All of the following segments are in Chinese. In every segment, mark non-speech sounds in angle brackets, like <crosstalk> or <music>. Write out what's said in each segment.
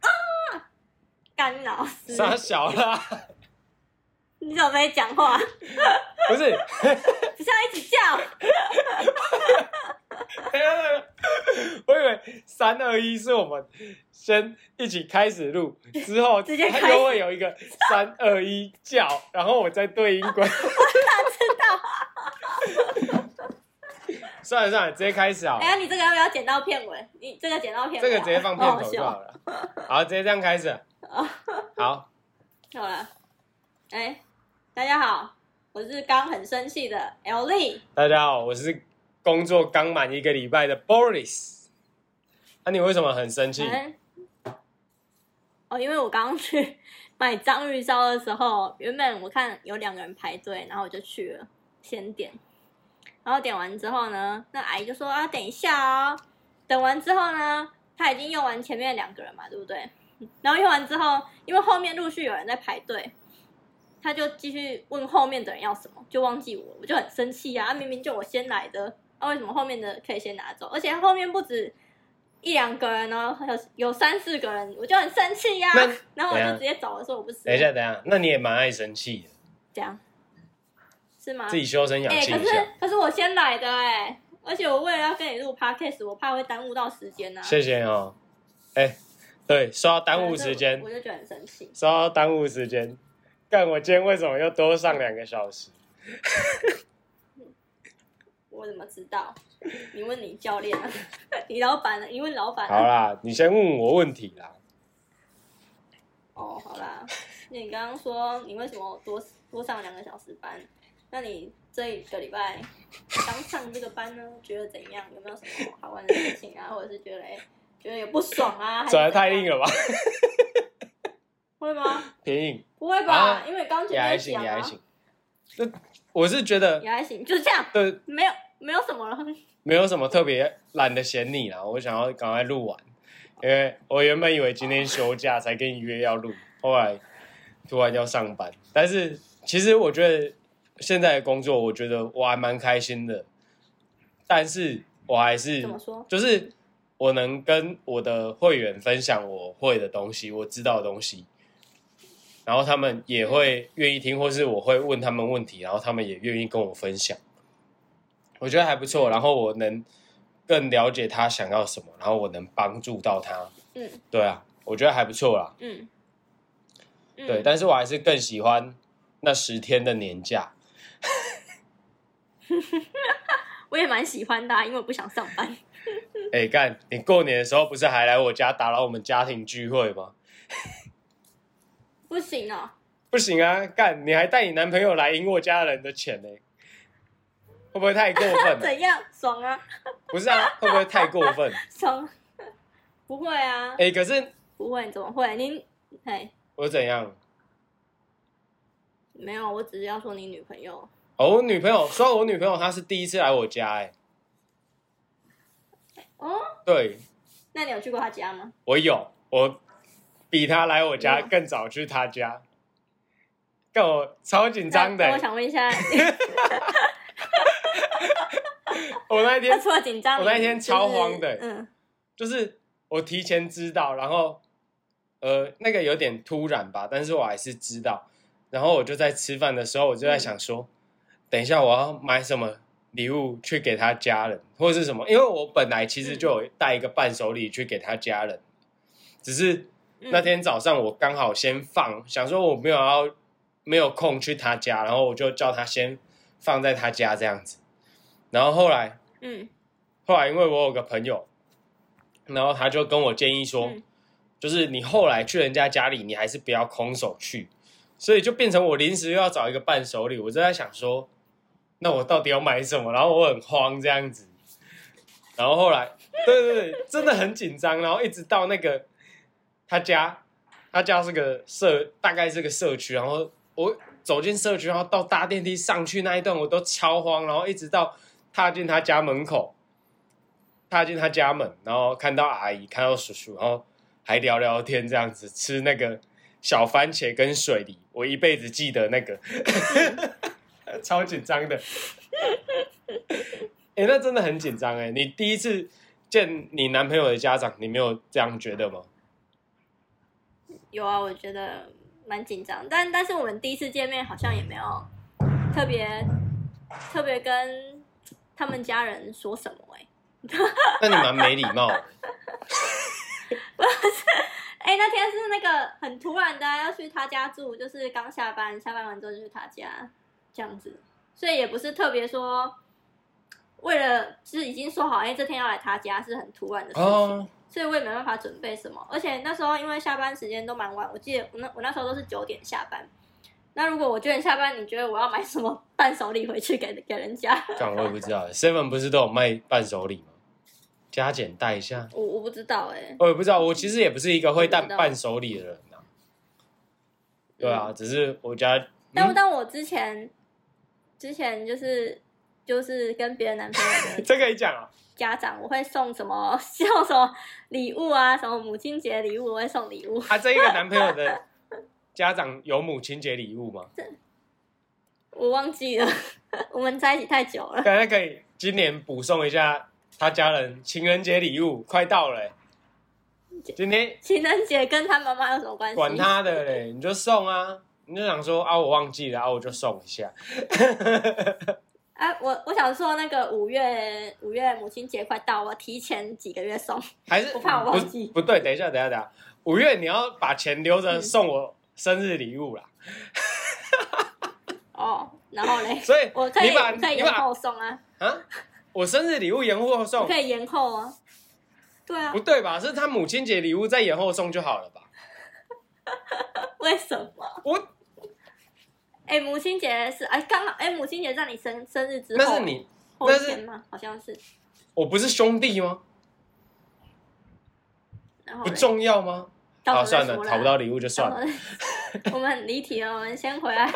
啊干老师，傻小啦， <laughs> 你怎么没讲话？不是， <laughs> 不是要一起叫？等一下等一下我以为三二一是我们先一起开始录，之后直接开始它又会有一个三二一叫，然后我再对音 <laughs> 轨。我哪知道？算了算了，直接开始好了哎，呀，你这个要不要剪到片尾？你这个剪到片尾啊，这个直接放片好头好就好笑。了。好，直接这样 <laughs> 开始。好，好了，哎，大家好，我是刚很生气的 L 丽。大家好，我是工作刚满一个礼拜的 Boris。那、你为什么很生气？哎哦，因为我刚去买章鱼烧的时候，原本我看有两个人排队，然后我就去了，先点。然后点完之后呢，那阿姨就说啊，等一下哦。等完之后呢，她已经用完前面两个人嘛，对不对？然后用完之后，因为后面陆续有人在排队，她就继续问后面的人要什么，就忘记我，我就很生气啊！啊明明就我先来的，那、为什么后面的可以先拿走？而且后面不止一两个人哦，有有三四个人，我就很生气呀、那然后我就等一下直接走了，说我不吃。等一下，等一下，那你也蛮爱生气的，这样是吗？自己修身养哎、性可一是下。可是我先来的哎、而且我为了要跟你录 podcast，我怕会耽误到时间呢、啊。谢谢哦。哎、对，说到耽误时间对，我就觉得很生气。说到耽误时间，干我今天为什么又多上两个小时？我怎么知道？你问你教练、啊， <laughs> 你老板、啊，你问老板、啊。好啦，你先问我问题啦。哦，好啦。那你刚刚说你为什么多多上两个小时班？那你这一个礼拜刚上这个班呢，觉得怎样？有没有什么好玩的事情啊？或者是觉得哎、觉得有不爽啊？转的太还是怎硬样？了吧？会吗？ <laughs> 偏硬不会吧？啊因为刚前也还面行，讲也啊还行。那我是觉得，也还行，就这样，对，没有没有什么了。没有什么特别懒得嫌你啦，我想要赶快录完，因为我原本以为今天休假才跟你约要录，后来突然要上班。但是其实我觉得现在的工作，我觉得我还蛮开心的，但是我还是怎么说？就是我能跟我的会员分享我会的东西，我知道的东西，然后他们也会愿意听，或是我会问他们问题，然后他们也愿意跟我分享，我觉得还不错。然后我能更了解他想要什么，然后我能帮助到他，嗯对啊，我觉得还不错啦。嗯，嗯对，但是我还是更喜欢那十天的年假。我也蛮喜欢的啊、因为我不想上班。哎、干，你过年的时候不是还来我家打扰我们家庭聚会吗？ <laughs> 不行哦，不行啊，干，你还带你男朋友来赢我家人的钱呢、会不会太过分 <laughs> 了？怎样？爽啊，不是啊，会不会太过 <laughs> 分？爽！不会啊，哎、可是不会，怎么会？您，哎，我怎样？没有，我只是要说你女朋友。哦，我女朋友说我女朋友她是第一次来我家、欸，哦，对那你有去过她家吗？我有，我比她来我家哇更早去她家，干我超紧张的、那那我想问一 <laughs> 下，我那那一天除了紧张，我那天你就是超慌的嗯，就是我提前知道，然后呃，那个有点突然吧，但是我还是知道。然后我就在吃饭的时候，我就在想说，等一下我要买什么礼物去给他家人，或是什么？因为我本来其实就有带一个伴手礼去给他家人，只是嗯那天早上我刚好先放，想说我没有要没有空去他家，然后我就叫他先放在他家这样子。然后后来嗯后来因为我有个朋友，然后他就跟我建议说，嗯就是你后来去人家家里，你还是不要空手去，所以就变成我临时又要找一个伴手礼，我就在想说，那我到底要买什么？然后我很慌这样子，然后后来，对对对，真的很紧张，然后一直到那个他家，他家是个社，大概是个社区，然后我走进社区，然后到搭电梯上去那一段，我都超慌，然后一直到踏进他家门口，踏进他家门，然后看到阿姨，看到叔叔，然后还聊聊天这样子，吃那个小番茄跟水梨，我一辈子记得那个， <laughs> 超紧张的。哎、那真的很紧张哎！你第一次见你男朋友的家长，你没有这样觉得吗？有啊，我觉得蛮紧张，但但是我们第一次见面好像也没有特别特别跟他们家人说什么哎、那你蛮没礼貌 <laughs> 的。哎、那天是那个很突然的啊、要去他家住，就是刚下班，下班完之后就去他家这样子，所以也不是特别说为了就是已经说好，哎、这天要来他家是很突然的事情，哦，所以我也没办法准备什么。而且那时候因为下班时间都蛮晚，我记得我那我那时候都是九点下班。那如果我九点下班，你觉得我要买什么伴手礼回去给给人家？ <laughs> 干我也不知道，Seven 不是都有卖伴手礼吗？加减带一下，我我不知道哎、我也不知道，我其实也不是一个会带不知道伴手礼的人啊。对啊，只是我家，嗯 <laughs> 但、嗯但我之前之前就是就是跟别人男朋友的 <laughs> 这可以讲啊。家长，我会送什么 <laughs> 送什么礼物啊，什么母亲节礼物，我会送礼物。 <laughs> 啊，这一个男朋友的家长有母亲节礼物吗？我忘记了， <laughs> 我们在一起太久了。 <laughs> 大家可以今年补送一下他家人情人节礼物，快到了欸、今天情人节跟他妈妈有什么关系？管他的嘞，嗯你就送啊。你就想说啊，我忘记了啊，我就送一下。啊，我我想说那个五月五月母亲节快到，我啊提前几个月送。 <laughs> 还是我怕我忘记不不对，等一下，等一下，等一下。五月你要把钱留着嗯送我生日礼物啦，哦，然后 <laughs> 嘞，所以我可以你我把可以你延把后送啊，啊，我生日礼物延后我送可，以延后啊。对啊 <laughs> 不，对吧？是他母亲节礼物再延后送就好了吧？为什么？我哎、母亲节是哎刚好哎、母亲节在你生生日之后，那是你，后那一是天吗？好像是。我不是兄弟吗？然后不嘞，重要吗？哦到好，时候啊算再了说，啦讨不到礼物就算了。。 <laughs> 我们很离题了，我们先回来， <laughs>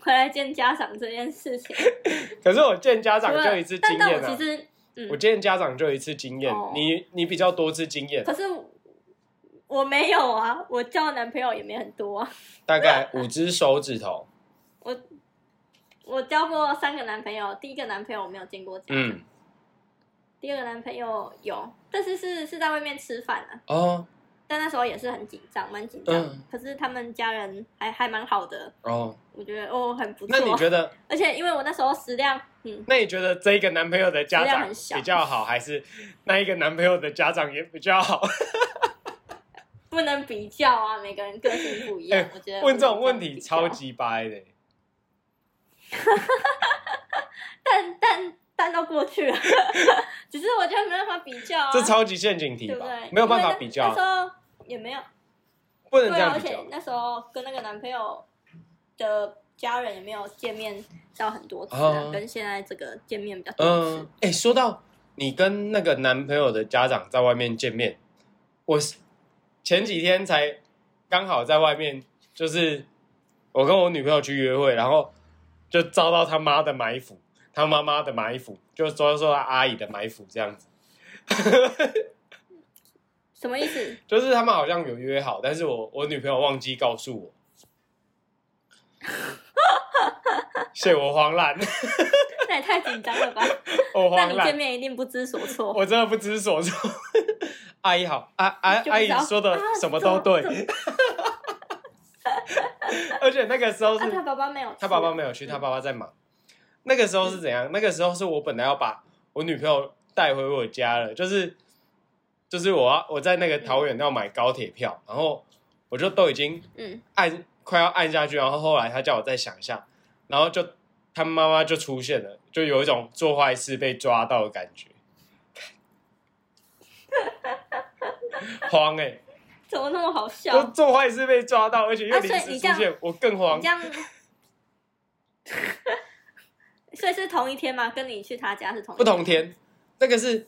回来见家长这件事情。可是我见家长除了就一次经但验但我啊其，实，我嗯，见家长就一次经验哦，你你比较多次经验，可是我没有啊，我交的男朋友也没很多、啊，大概五只手指头。我交过三个男朋友，第一个男朋友我没有见过家长，嗯，第二个男朋友有，但是是是在外面吃饭啊，哦但那时候也是很紧张，蛮紧张。嗯可是他们家人还还蛮好的，哦，我觉得哦很不错。那你觉得，而且因为我那时候食量，嗯，那你觉得这一个男朋友的家质量长很小比较好，还是那一个男朋友的家长也比较好？不能比较啊，每个人个性不一样。哎我觉得 <laughs> 问这不种能问比题较超，级掰的，但但但都过去了， <laughs> 只是我觉得没办法比较啊，这超级陷阱题对不吧对？？没有办因为法那比较那，时候也没有，不能对这啊，样而比较且。那时候跟那个男朋友的家人也没有见面到很多次、啊，哦跟现在这个见面比较多次。嗯，哎、说到你跟那个男朋友的家长在外面见面，我是前几天才刚好在外面，就是我跟我女朋友去约会，然后就遭到他妈的埋伏，他妈妈的埋伏，就说说他阿姨的埋伏这样子，什么意思？就是他们好像有约好，但是我我女朋友忘记告诉我。 <laughs> 谢我慌烂， <laughs> 那也太紧张了吧？我那慌你烂见。面一定不知所措。 <laughs> 我真的不知所措。 <laughs> 阿姨好，阿阿就不知道阿姨说的啊什么都对怎么， <laughs> 而且那个时候那、啊他嗯是爸爸没有吃，他爸爸没有去，他爸爸在忙。那个时候是怎样？那个时候是我本来要把我女朋友带回我家了，就是就是我要我在那个桃园要买高铁票，然后我就都已经嗯，按快要按下去，然后后来他叫我再想一下，然后就他妈妈就出现了，就有一种做坏事被抓到的感觉， <laughs> 慌哎、欸！怎么那么好笑？就做坏事被抓到，而且又啊临所以时你出这样现，我更慌你这。样， <laughs> 所以是同一天吗？跟你去他家是同一嗯不同天，那个是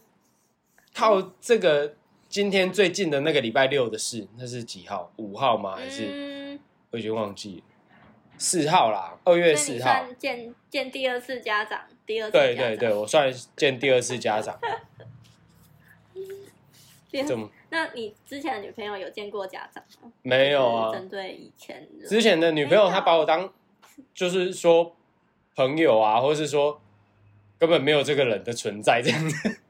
靠这个今天最近的那个礼拜六的事，那是几号？五号吗？还是、嗯，我已经忘记了？四号啦，二月所以你四号。算见见第二次家长，第二次对家对长对，我算见第二次家长，第二怎么那你之前的女朋友有见过家长吗？没有就是啊？针对以前的之前的女朋友没有她把我当就是说朋友啊，或是 <laughs> 说根本没有这个人的存在这样子。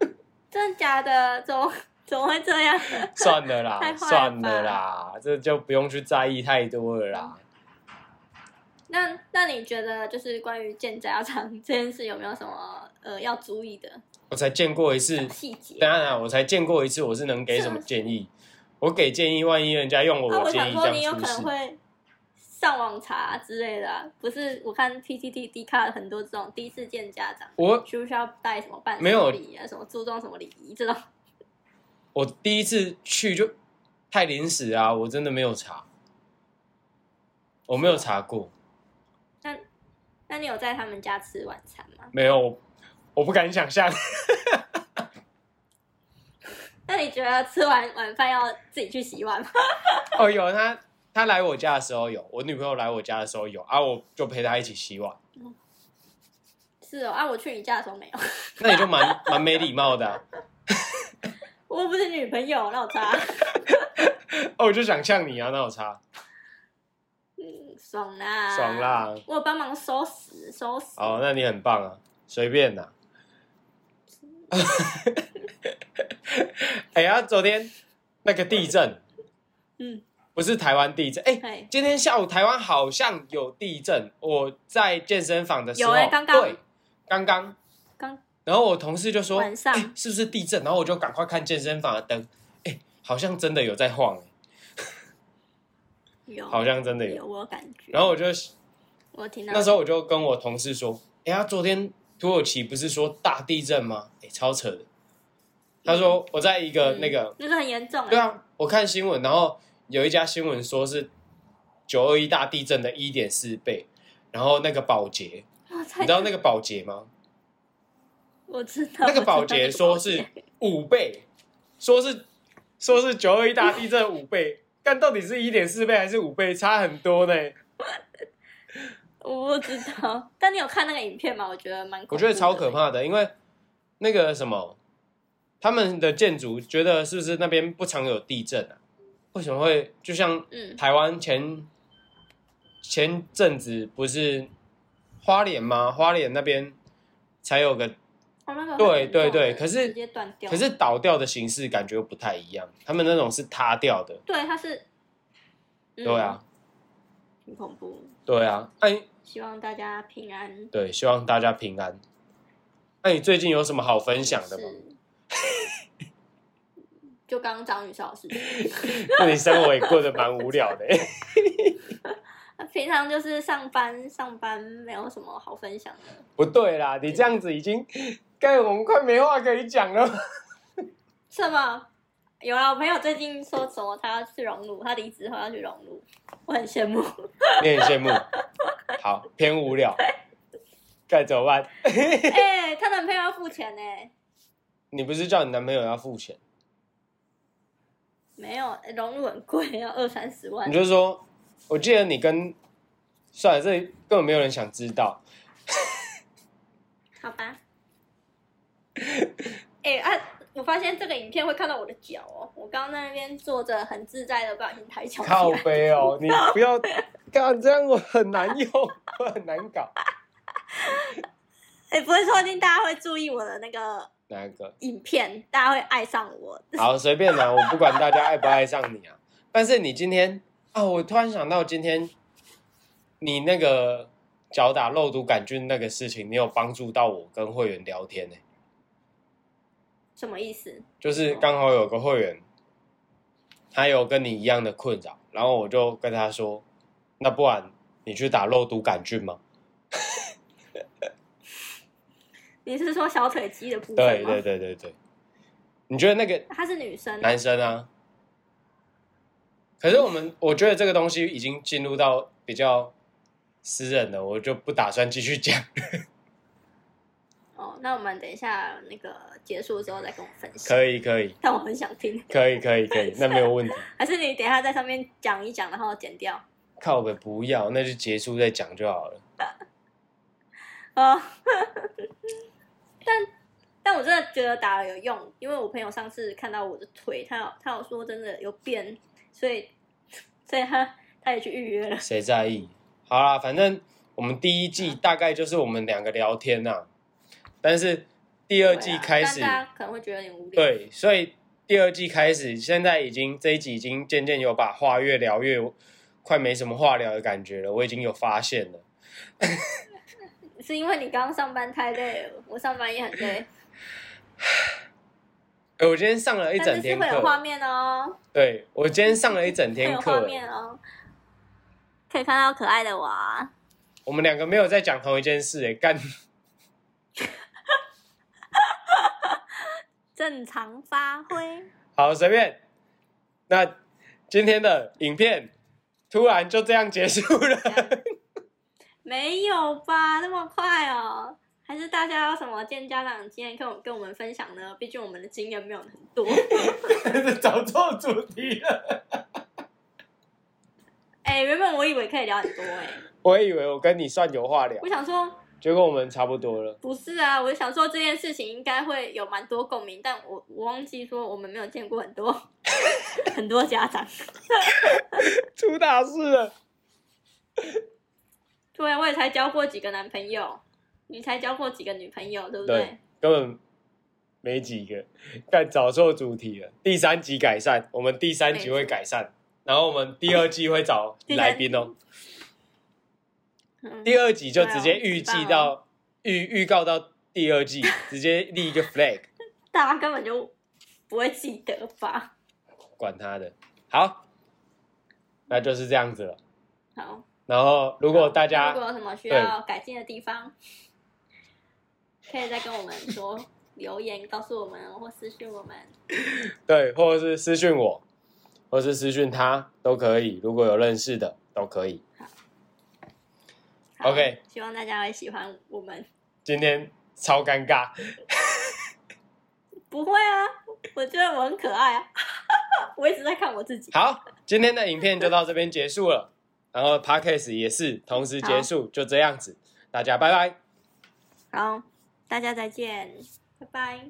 真的假的？怎么怎么会这样？算了啦，太坏了吧算了啦，这就不用去在意太多了啦。那那你觉得就是关于见家长 <laughs> 这件事有没有什么呃要注意的我才见过一 <laughs> 次，小等细节？一下等一下，我才见过一次，我是能给什么建议？我给建议，万一人家用了啊，我我建想议说你这有可样出能事，会上网查之类的啊、不是？我看 PTT D 卡很多这种第一次见家长，我需不需要带什么伴手没有礼啊，什么注重什么礼仪这种？我第一次去就太临时啊，我真的没有查，我没有查过，那你有在他们家吃晚餐吗？没有，我不敢想象。那你觉得吃完晚饭要自己去洗碗吗？ <laughs> <laughs> 哦，有他，他来我家的时候有，我女朋友来我家的时候有啊，我就陪她一起洗碗。是哦，啊，我去你家的时候没有， <laughs> 那你就蛮蛮没礼貌的啊、我又不是女朋友，那我查，哦，我就想呛你啊，那我差嗯， <laughs> 爽啦，爽，啦。我有帮忙收拾收拾，哦，那你很棒啊，随便啦。 <laughs> 哎呀，昨天那个地震，嗯，不是台湾地震，哎、嘿今天下午台湾好像有地震。我在健身房的时候，有欸刚刚对，刚刚刚然后我同事就说：“晚上哎是不是地震？”然后我就赶快看健身房的灯，哎、好像真的有在晃、哎有好像真的有。有我有感觉，然后我就我听到那时候我就跟我同事说：“哎、呀，昨天土耳其不是说大地震吗？哎、超扯的。”他说：“我在一个嗯那个，那个很严重、欸，对啊，我看新闻，然后有一家新闻说是九二一大地震的一点四倍，然后那个保洁，我才你知道那个保洁吗？我知道那个保我知道那洁个说保洁是五倍，说是说是九二一大地震五倍，但到底是一点四倍还是五倍，差很多呢。我不知道， <laughs> 但你有看那个影片吗？我觉得蛮恐怖我的，觉得超可怕的，因为那个什么，他们的建筑觉得是不是那边不常有地震啊？为什么会就像嗯台湾前前阵子不是花莲吗？花莲那边才有个，哦，那个很对严重对对的可是直接断掉，可是倒掉的形式感觉又不太一样，他们那种是塌掉的，对它是，嗯对啊，，挺恐怖。对啊，哎、希望大家平安。对，希望大家平安。那、你最近有什么好分享的吗？是？就刚刚张雨潇的事情，那你生活也过得蛮无聊的、 <laughs> 平常就是上班，上班没有什么好分享的。不对啦，你这样子已经，该我们快没话可以讲了。 <laughs> 是吗？有啦，我朋友最近说什么他要去融入，他离职后要去融入，我很羡 <laughs> 慕。你很羡慕，好偏无聊，该怎么办？哎、她男朋友要付钱呢、你不是叫你男朋友要付钱，没有融入很贵，要二三十万你。就说，我记得你跟，算了，这根本没有人想知道。好吧。 <laughs> 哎、啊！我发现这个影片会看到我的脚哦，我刚刚在那边坐着很自在的，不小心抬脚起来。靠背哦，你不要，干这样我很难用，我很难搞。 <laughs> 哎、不会，说不定大家会注意我的那个哪一个？影片，大家会爱上我。好，随便啦，我不管大家爱不爱上你啊。但是你今天啊、我突然想到今天你那个脚打肉毒杆菌那个事情，你有帮助到我跟会员聊天呢、欸什么意思？就是刚好有个会员，他有跟你一样的困扰，然后我就跟他说，那不然你去打肉毒杆菌吗？你是说小腿肌的部分吗？对对对对对，你觉得那个她是女生，哦男生啊。可是我们，我觉得这个东西已经进入到比较私人的，我就不打算继续讲。哦，那我们等一下那个结束之后再跟我分享。可以，可以，但我很想听，可以，可以，可以，那没有问题。还是你等一下在上面讲一讲，然后剪掉。靠北不要，那就结束再讲就好了。哦，但但我真的觉得打了有用，因为我朋友上次看到我的腿，他有他有说真的有变，所以所以他他也去预约了。谁在意？好啦，反正我们第一嗯季大概就是我们两个聊天呐、啊，但是第二季对啊开啊但始，大家可能会觉得有点无聊。对，所以第二季开始，现在已经这一集已经渐渐有把话越聊越快没什么话聊的感觉了，我已经有发现了。是因为你刚上班太累了，我上班也很累，哎，我今天上了一但整是是天会有画课，面哦，对我今天上了一整会天有画课，面哦，可以看到可爱的我啊。我们两个没有在讲同一件事，哎，干正常发挥，好随便。那今天的影片突然就这样结束了。没有吧？那么快哦？还是大家有什么见家长经验跟我跟我们分享呢？毕竟我们的经验没有很多。找错主题了。哎、原本我以为可以聊很多哎、我以为我跟你算有话聊我，想说结果我们差不多了。不是啊，我想说这件事情应该会有蛮多共鸣，但我我忘记说我们没有见过很多 <laughs> 很多家长。出大事了！对啊，我也才交过几个男朋友，你才交过几个女朋友，对不对，根本没几个，但找错主题了。第三集改善，我们第三集会改善，然后我们第二季会找第三来宾哦。嗯，第二集就直接对啊预计很棒到预预告到第二季，直接立一个 flag，大家根本就不会记得吧？管他的。好，那就是这样子了。好，然后如果大如家果有什么需要改进的地方，可以再跟我们说，留言告诉我们哦或私信我们。对，或者是私讯我，或是私讯他都可以，如果有认识的都可以。好 OK 希望大家会喜欢我们。今天超尴尬，不会啊，我觉得我很可爱啊， <laughs> 我一直在看我自己。好，今天的影片就到这边结束了，然后 podcast 也是同时结束，就这样子，大家拜拜。好，大家再见，拜拜。